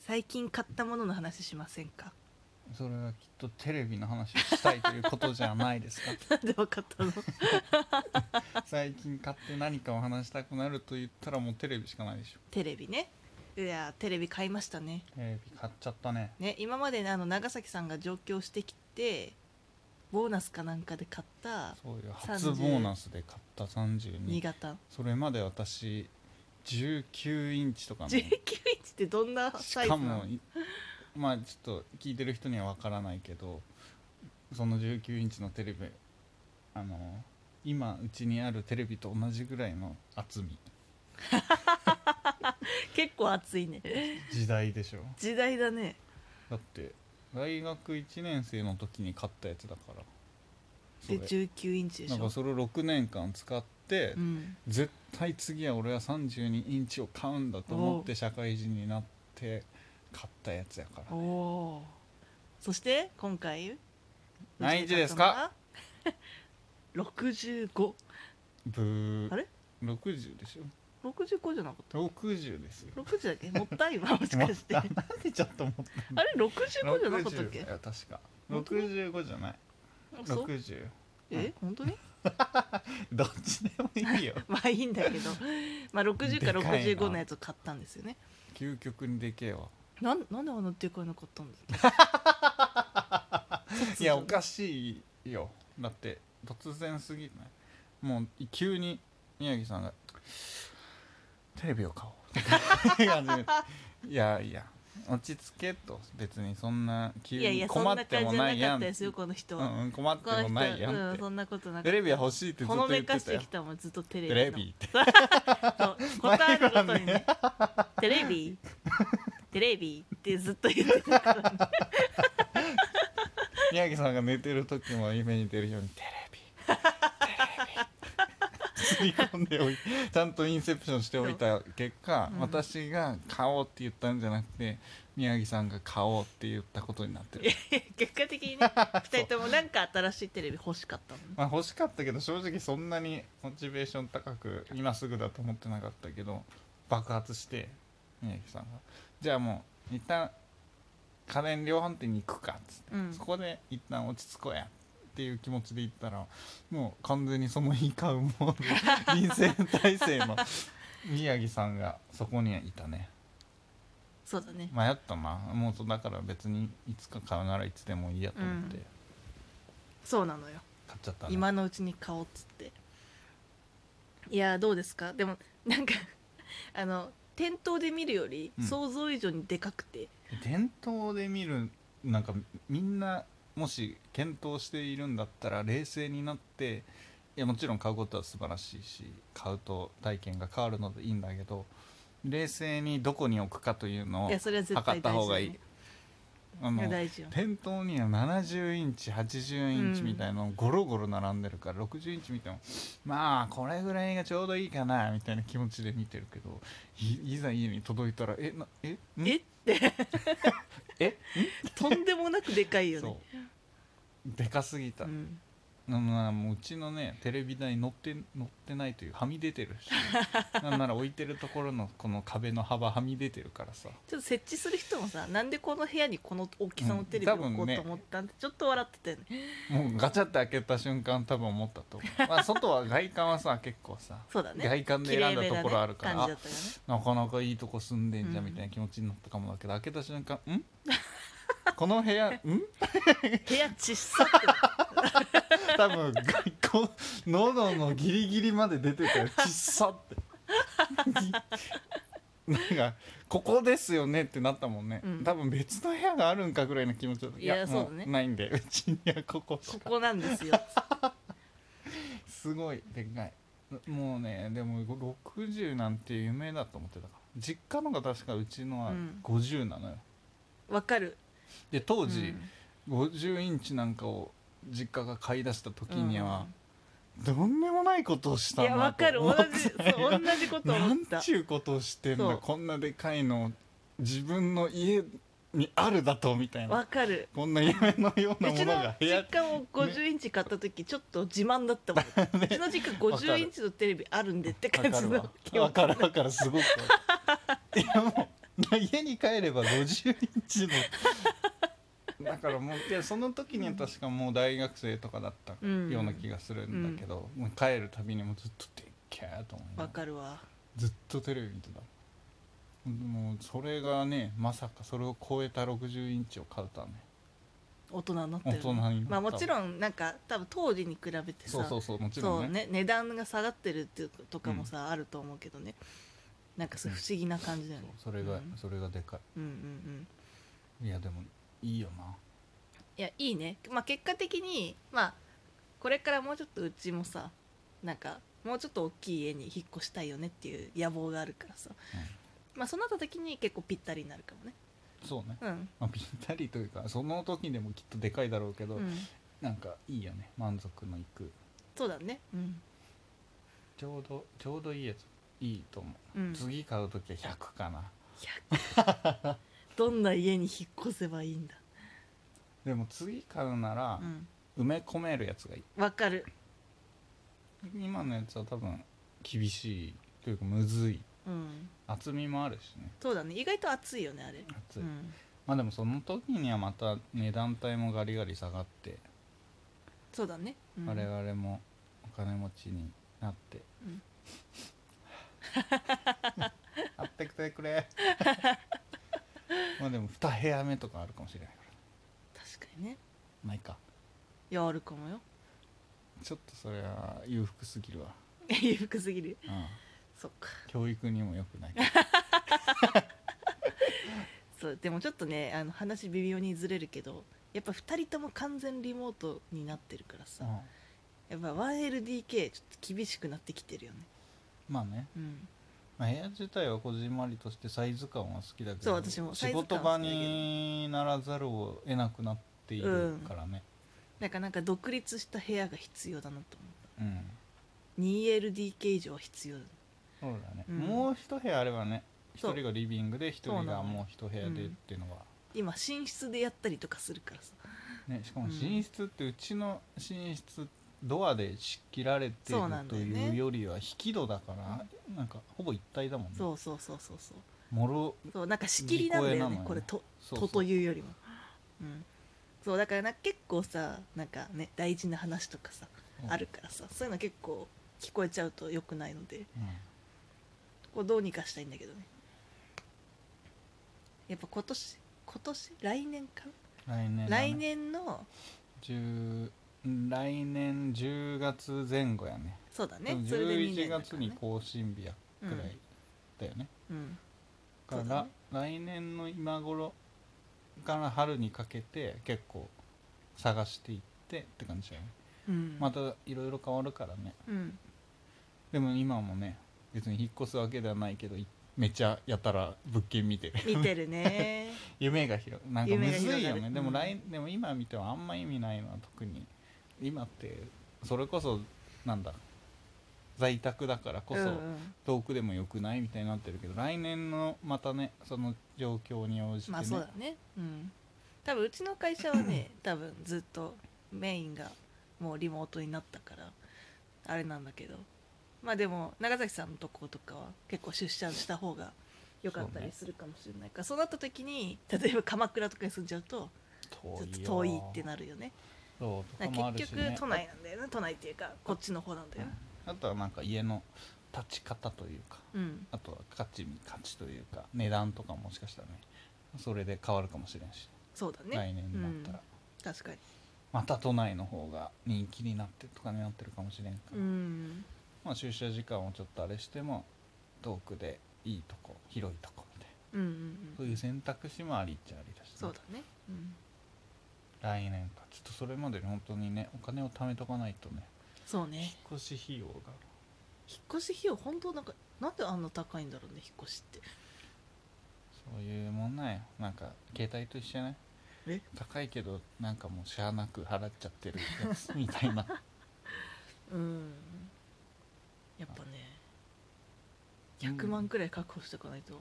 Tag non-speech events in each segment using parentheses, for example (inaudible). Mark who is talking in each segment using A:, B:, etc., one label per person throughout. A: 最近買ったものの話しませんか (laughs)
B: それはきっとテレビの話をしたいということじゃないです (laughs) か
A: なんでわかったの
B: 最近買って何かを話したくなると言ったらもうテレビしかないでしょ
A: テレビねいやテレビ買いましたね
B: テレビ買っちゃったね
A: ね今までねあの長崎さんが上京してきてボーナスかなんかで買った
B: そういう
A: 30
B: 初ボーナスで買った
A: 新
B: 32
A: 潟
B: それまで私19インチとかの
A: 19インチってどんなサイ
B: し
A: ズな
B: か
A: の
B: もいまあちょっと聞いてる人には分からないけどその19インチのテレビあの今うちにあるテレビと同じぐらいの厚み
A: 結構暑いね
B: 時代でしょ
A: 時代だね
B: だって大学1年生の時に買ったやつだからそ
A: で
B: れ
A: 19インチで
B: なん
A: し
B: か
A: ょ
B: それを6年間使って、
A: うん
B: 絶対次は俺は32インチを買うんだと思って社会人になって買ったやつやか
A: お
B: ら
A: おーそして今回
B: 何インチです
A: (laughs)
B: か
A: 6565
B: ブー
A: あれ
B: 60でしょ
A: じゃなかっ
B: 60ですよ
A: た60だっけもったいわもしかして
B: もっ
A: あ
B: たなんでちょっと思ったんだ
A: れ65じゃなかったっ
B: 60
A: け
B: だよ確か
A: 本当
B: 65じゃない
A: そう
B: 60
A: え本当に (laughs)
B: どっちでもいいよ
A: まあいいんだけど、まあ、60か
B: でかいな
A: 65のやつを買ったんですよね
B: 究極にでけえわ
A: なんなんであんなでかいの買ったんだっ (laughs) け
B: いやおかしいよだって突然すぎないもう急に宮城さんが「テレビを買おう」って言い始めていやいや落ち着けと別にそんな急
A: いやい
B: に
A: やそん
B: 困
A: な
B: って
A: 感
B: も
A: じじゃ
B: な
A: ないか
B: や
A: っ
B: ん
A: たですよこの人
B: う
A: は、
B: んうん困っ
A: この
B: て
A: 人
B: もないやん
A: う
B: っ
A: ん
B: て
A: そんなことなか
B: テ
A: った
B: レビは欲しいってずっ
A: ほの
B: と言
A: め
B: っ
A: か
B: て
A: したて
B: よ
A: きたもんずっとテレビ
B: テ
A: の
B: レビって
A: そう答えることにね「テレビテレビ」ってずっと言って (laughs) たからね
B: 宮城さんが寝てる時も夢に出るように「テレビ」「テレビ」刷り込んでおいちゃんとインセプションしておいた結果、
A: うん
B: 私が「買おう」って言ったんじゃなくて宮城さんが「買おう」って言ったことになってる、
A: 結果的にね2人ともなんか新しいテレビ欲しかったもんね
B: まあ、欲しかったけど正直そんなにモチベーション高く今すぐだと思ってなかったけど爆発して宮城さんが「じゃあもう一旦家電量販店に行くか」っつって。
A: うん
B: そこで一旦落ち着こうやっていう気持ちで行ったらもう完全にその日買うもので臨戦態勢の宮城さんがそこにいたね
A: そうだね
B: 迷ったなもうそうだから別にいつか買うならいつでもいいやと思って
A: うんそうなのよ
B: 買っちゃったね、
A: 今のうちに買おうっつっていやーどうですかでもなんか (laughs) あの店頭で見るより
B: うん
A: 想像以上にでかくて、
B: 店頭で見るなんかみんなもし検討しているんだったら冷静になっていやもちろん買うことは素晴らしいし買うと体験が変わるのでいいんだけど冷静にどこに置くかというのを
A: いやそれは絶対
B: 測った
A: 大
B: 方
A: 事だ
B: が
A: よ
B: いい
A: ね、
B: あ
A: いや
B: の
A: 大事よ
B: 店頭には70インチ80インチみたいなのゴロゴロ並んでるから、60インチ見てもまあこれぐらいがちょうどいいかなみたいな気持ちで見てるけどいいざ家に届いたらえなえん
A: えって
B: えん
A: とんでもなくでかいよね
B: そうでかすぎた、
A: うん
B: なんならもううちのねテレビ台乗って乗ってないというはみ出
A: (laughs)
B: てるしなんなら置いてるところのこの壁の幅はみ出てるからさ
A: ちょっと設置する人もさなんでこの部屋にこの大きさのテレビを
B: うん多
A: 置こう
B: 分ね
A: と思ったんで、ちょっと笑ってたよね
B: もうガチャって開けた瞬間多分思ったと思
A: (laughs)
B: う、まあ、外は外観はさ結構さ
A: そうだね
B: 外観で
A: 綺麗
B: 選ん
A: め
B: だ
A: な
B: ところある
A: ね、
B: から
A: 感じだったよね
B: なかなかいいとこ住んでんじゃん
A: うん
B: みたいな気持ちになったかもだけど、開けた瞬間んこの部屋ん
A: 部屋ちっさってな
B: 多分こ喉のギリギリまで出てたよちっさ
A: (laughs)
B: ってなんかここですよねってなったもんね、
A: うん
B: 多分別の部屋があるんかぐらいの気持ちだった
A: いやそうだ
B: も
A: ね
B: うないんでうちにはここし
A: こ
B: か
A: こなんです
B: (laughs)
A: よ
B: すごいでかいもうねでも60なんて夢だと思ってたから実家のが確かうちのは
A: うん
B: 50なのよ、
A: わかる
B: で当
A: う
B: 時
A: ん
B: 50インチなんかを実家が買い出した時には、どんでもないことをした
A: いや
B: な
A: わかる
B: と思
A: 同
B: って
A: じそう同じこと
B: な
A: 思っ
B: ん
A: た
B: ちゅうことをしてん
A: そ
B: だ
A: う
B: こんなでかいの自分の家にあるだとみたいな
A: わかる
B: こんな夢のような
A: う
B: もの
A: ちの
B: が
A: 実
B: 部屋
A: 家も50インチ買った時ちょっと自慢だったもん、
B: (laughs)
A: うちの実家
B: わか
A: 50
B: る
A: インチのテレビあるんでって
B: わ
A: 感
B: か
A: じ
B: る
A: の
B: わわかるわかるすごくわかるいやもう家に帰れば50インチのだからもういやその時には確かもう大学生とかだった
A: うん
B: ような気がするんだけど、もう帰るたびにもうずっとでっけーと思い
A: わ
B: ながら
A: かるわ
B: ずっとテレビ見てたもうそれがねまさかそれを超えた60インチを買うとはね
A: 大人になってる
B: 大人になった
A: まあもちろんなんか多分当時に比べてさ
B: そうそうそうもちろん
A: そう
B: ね
A: ね値段が下がってるっていうとかもさ、あると思うけどねなんかそう不思議な感じだよね、
B: そうそれが、
A: うん
B: それがでか
A: うん、うんうん
B: いいやでもいいよない
A: やいいね、まあ、結果的にまあこれからもうちょっとうちもさなんかもうちょっと大きい家に引っ越したいよねっていう野望があるからさ、まあそうなった時に結構ぴったりになるかもね
B: そうね、
A: うん、
B: まあ、ぴったりというかその時でもきっとでかいだろうけど、
A: うん、
B: なんかいいよね満足のいく
A: そうだねうん、
B: ちょうどちょうどいいやついいと思
A: う
B: う、
A: ん、
B: 次買う時は100かない
A: やどんな家に引っ越せばいいんだ
B: でも次買うなら
A: う、ん
B: 埋め込めるやつがいい
A: わかる
B: 今のやつは多分厳しいというかむずい
A: うん
B: 厚みもあるしね
A: そうだね意外と暑いよねあれ
B: 厚い、
A: うん、
B: まあでもその時にはまた値段帯もガリガリ下がって、
A: そうだね、うん、
B: 我々もお金持ちになって、
A: うん
B: あってくてく (laughs) れまあでも2部屋目とかあるかもしれないから
A: 確かにね
B: まあいいか
A: いやあるかもよ (laughs)
B: ちょっとそれは裕福すぎるわ、
A: 裕福すぎる
B: うん、
A: そっか
B: 教育にも良くないから
A: そうでもちょっとねあの話微妙にずれるけどやっぱ2人とも完全リモートになってるからさ、
B: うん
A: やっぱ 1LDK ちょっと厳しくなってきてるよね
B: まあね、
A: うん
B: まあ、部屋自体はこじんまりとしてサイズ感は好きだけど
A: そう私もサイ
B: 仕
A: ズ
B: 事
A: 感
B: 場
A: は好きだけど
B: にならざるを得なくなっているからね、
A: なんかなんか独立した部屋が必要だなと思
B: うん
A: う 2LDK 以上は必要だ
B: そうだね、
A: うん
B: もう一部屋あればね一
A: そう
B: 人がリビングで一人
A: そうな
B: が
A: の
B: もう一部屋でっ
A: うん
B: ていうのは、
A: 今寝室でやったりとかするからさ
B: ね、しかも
A: うん
B: 寝室ってうちの寝室ドアで仕切られてる
A: そうなん
B: と
A: だよね
B: いうよりは引き戸だからなんかほぼ一体だもんね
A: そうそうそうそうそう
B: もろ
A: そうなんか仕切りなんだ
B: 自己絵な
A: よ
B: の
A: ね
B: よね
A: これと
B: そう
A: とと
B: う
A: いうよりも、うん、そうだからな結構さなんかね大事な話とかさ、
B: うん
A: あるからさそういうの結構聞こえちゃうと良くないので
B: うん
A: こうどうにかしたいんだけどねやっぱ今年今年来年か
B: 来年だね
A: 来年の
B: 10来年10月前後やね
A: そうだ
B: で
A: ね
B: も
A: それで2年
B: 11
A: だか
B: 月
A: らね
B: に更新日やくらいだよね、
A: うん
B: だ
A: そう
B: から
A: だね
B: 来年の今頃から春にかけて結構探していってって感じだよね、
A: うん
B: またいろいろ変わるからね
A: うん
B: でも今もね別に引っ越すわけではないけどいめちゃやたら物件見てる (laughs)
A: 見てるね
B: 夢が広なんかむずい
A: 夢が
B: よ
A: 広が
B: ね
A: る
B: でも来でも今見てもあんま意味ないのは特に今ってそれこそなんだ在宅だ (laughs) からこそ、
A: うんうん
B: 遠くでもよくないみたいになってるけど来年のまたねその状況に応じて、ね
A: まあそうだねうん多分うちの会社は
B: (laughs)
A: ね多分ずっとメインがもうリモートになったからあれなんだけどまあでも長崎さんのとことかは結構出社した方が良かったりするかもしれないからそう,、なった時に例えば鎌倉とかに住んじゃうとちょっと遠いってなるよね
B: そう
A: だ
B: と
A: か
B: かも
A: ら
B: あるし、
A: 結
B: ね、
A: 局都内なんだよね都内っていうかこっちの方なんだよね
B: あとはなんか家の立ち方というか
A: うん
B: あとは価値価値というか値段とかもしかしたらねそれで変わるかもしれんし、
A: そうだね
B: 来年になったら、
A: うん、確かに
B: また都内の方が人気になってとかになってるかもしれんから、
A: うん
B: まあ、駐車時間をちょっとあれしても遠くでいいとこ広いとこみたいな
A: うんうんう
B: そうんいう選択肢もありっちゃありだしね、
A: そうだねうん
B: 来年かちょっとそれまでに本当にねお金を貯めとかないとね
A: そう
B: 引
A: ね
B: っ越し費用が
A: 引っ越し費用本当なんかなんであんな高いんだろうね引っ越しって
B: そういうもんなんよなんか携帯と一緒じゃない
A: え
B: 高いけどなんかもうしゃあなく払っちゃってる
A: (laughs)
B: やつみたいな
A: うんやっぱね100万くらい確保しておかないと、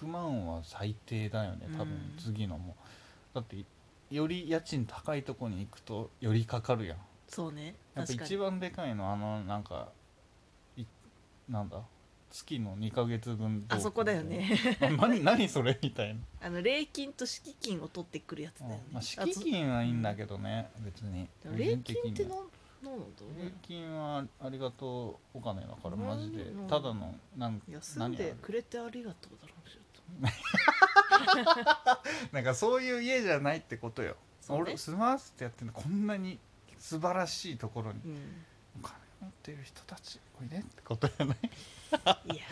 B: 100万は最低だよね多
A: うん
B: 分次のも、だってより家賃高いとこに行くとよりかかるやん
A: そうね
B: やっぱ
A: 確か
B: 一
A: に
B: 番でかいのはあのなんかいなんだ月の2ヶ月分
A: あそこだよ
B: (laughs)
A: ね (laughs)
B: あ何何それみたいな、
A: あの礼金と敷金を取ってくるやつだよね、
B: まあ、敷金はいいんだけどね別に
A: あつでも礼金って
B: 個人的に
A: な
B: は
A: なんなんだろう
B: 礼
A: ね
B: 金はありがとうお金だからマジで
A: なんなん
B: ただのなん
A: 休ん
B: 何あ
A: で
B: れ
A: くれてありがとうだろうし
B: なんかそういう家じゃないってことよ、
A: そうね
B: 俺住まわせてやってるのこんなに素晴らしいところに
A: うん
B: お金持ってる人たちおいでってことじ
A: (laughs)
B: ゃない
A: いや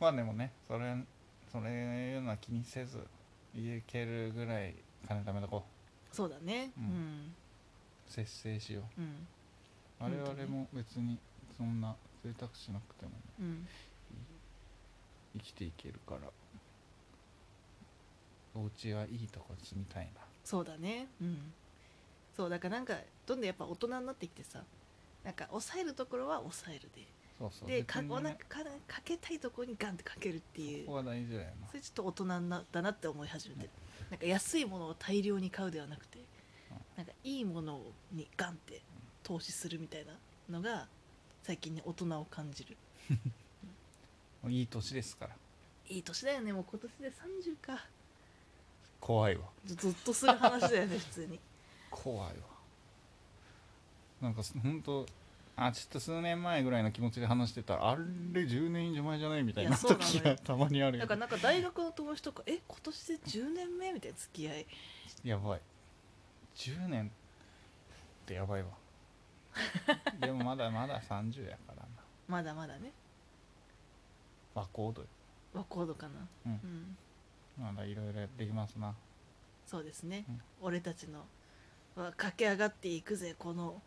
B: まあでもねそれそれいうのは気にせず家けるぐらい金貯めとこ
A: そうだね
B: う
A: うん
B: う節制しよう
A: うん
B: 我
A: 本当
B: 々
A: ね
B: も別にそんな贅沢しなくてもね
A: うん
B: 生きていけるからお家はいいとこ住みたいな
A: そうだねうんそうだからなんかどんどんやっぱ大人になってきてさなんか抑えるところは抑えるで
B: そうそう
A: で
B: 別
A: か
B: に
A: おな
B: ね
A: かかかけたいところにガンってかけるっていう
B: ここは大事だよな
A: それちょっと大人なだなって思い始めてるなんか安いものを大量に買うではなくてなんかいいものにガンって投資するみたいなのが最近ね大人を感じる
B: もういい年ですから
A: いい年だよねもう今年で30か
B: 怖いわ
A: ずずっとする話だよね普通に
B: 怖いわなんかほんとあちょっと数年前ぐらいの気持ちで話してたらあれ10年以上前じゃないみたい
A: い
B: な
A: や (laughs) そうなの
B: 時
A: よ
B: がたまにあるよ
A: だからなんか大学の友達とかえ今年で10年目みたいな付き合い
B: やばい10年ってや
A: (laughs)
B: ばいわでもまだまだ30やからな
A: まだまだね
B: 和光度よ
A: 和光度かな
B: うん
A: うん、
B: まだいろいろやってきますな
A: (laughs) そうですね、
B: うん
A: 俺たちのわ駆け上がっていくぜこの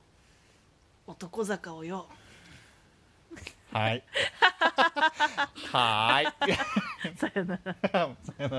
A: 男坂をよ (laughs)
B: はいはーい (laughs)
A: さよなら
B: さよなら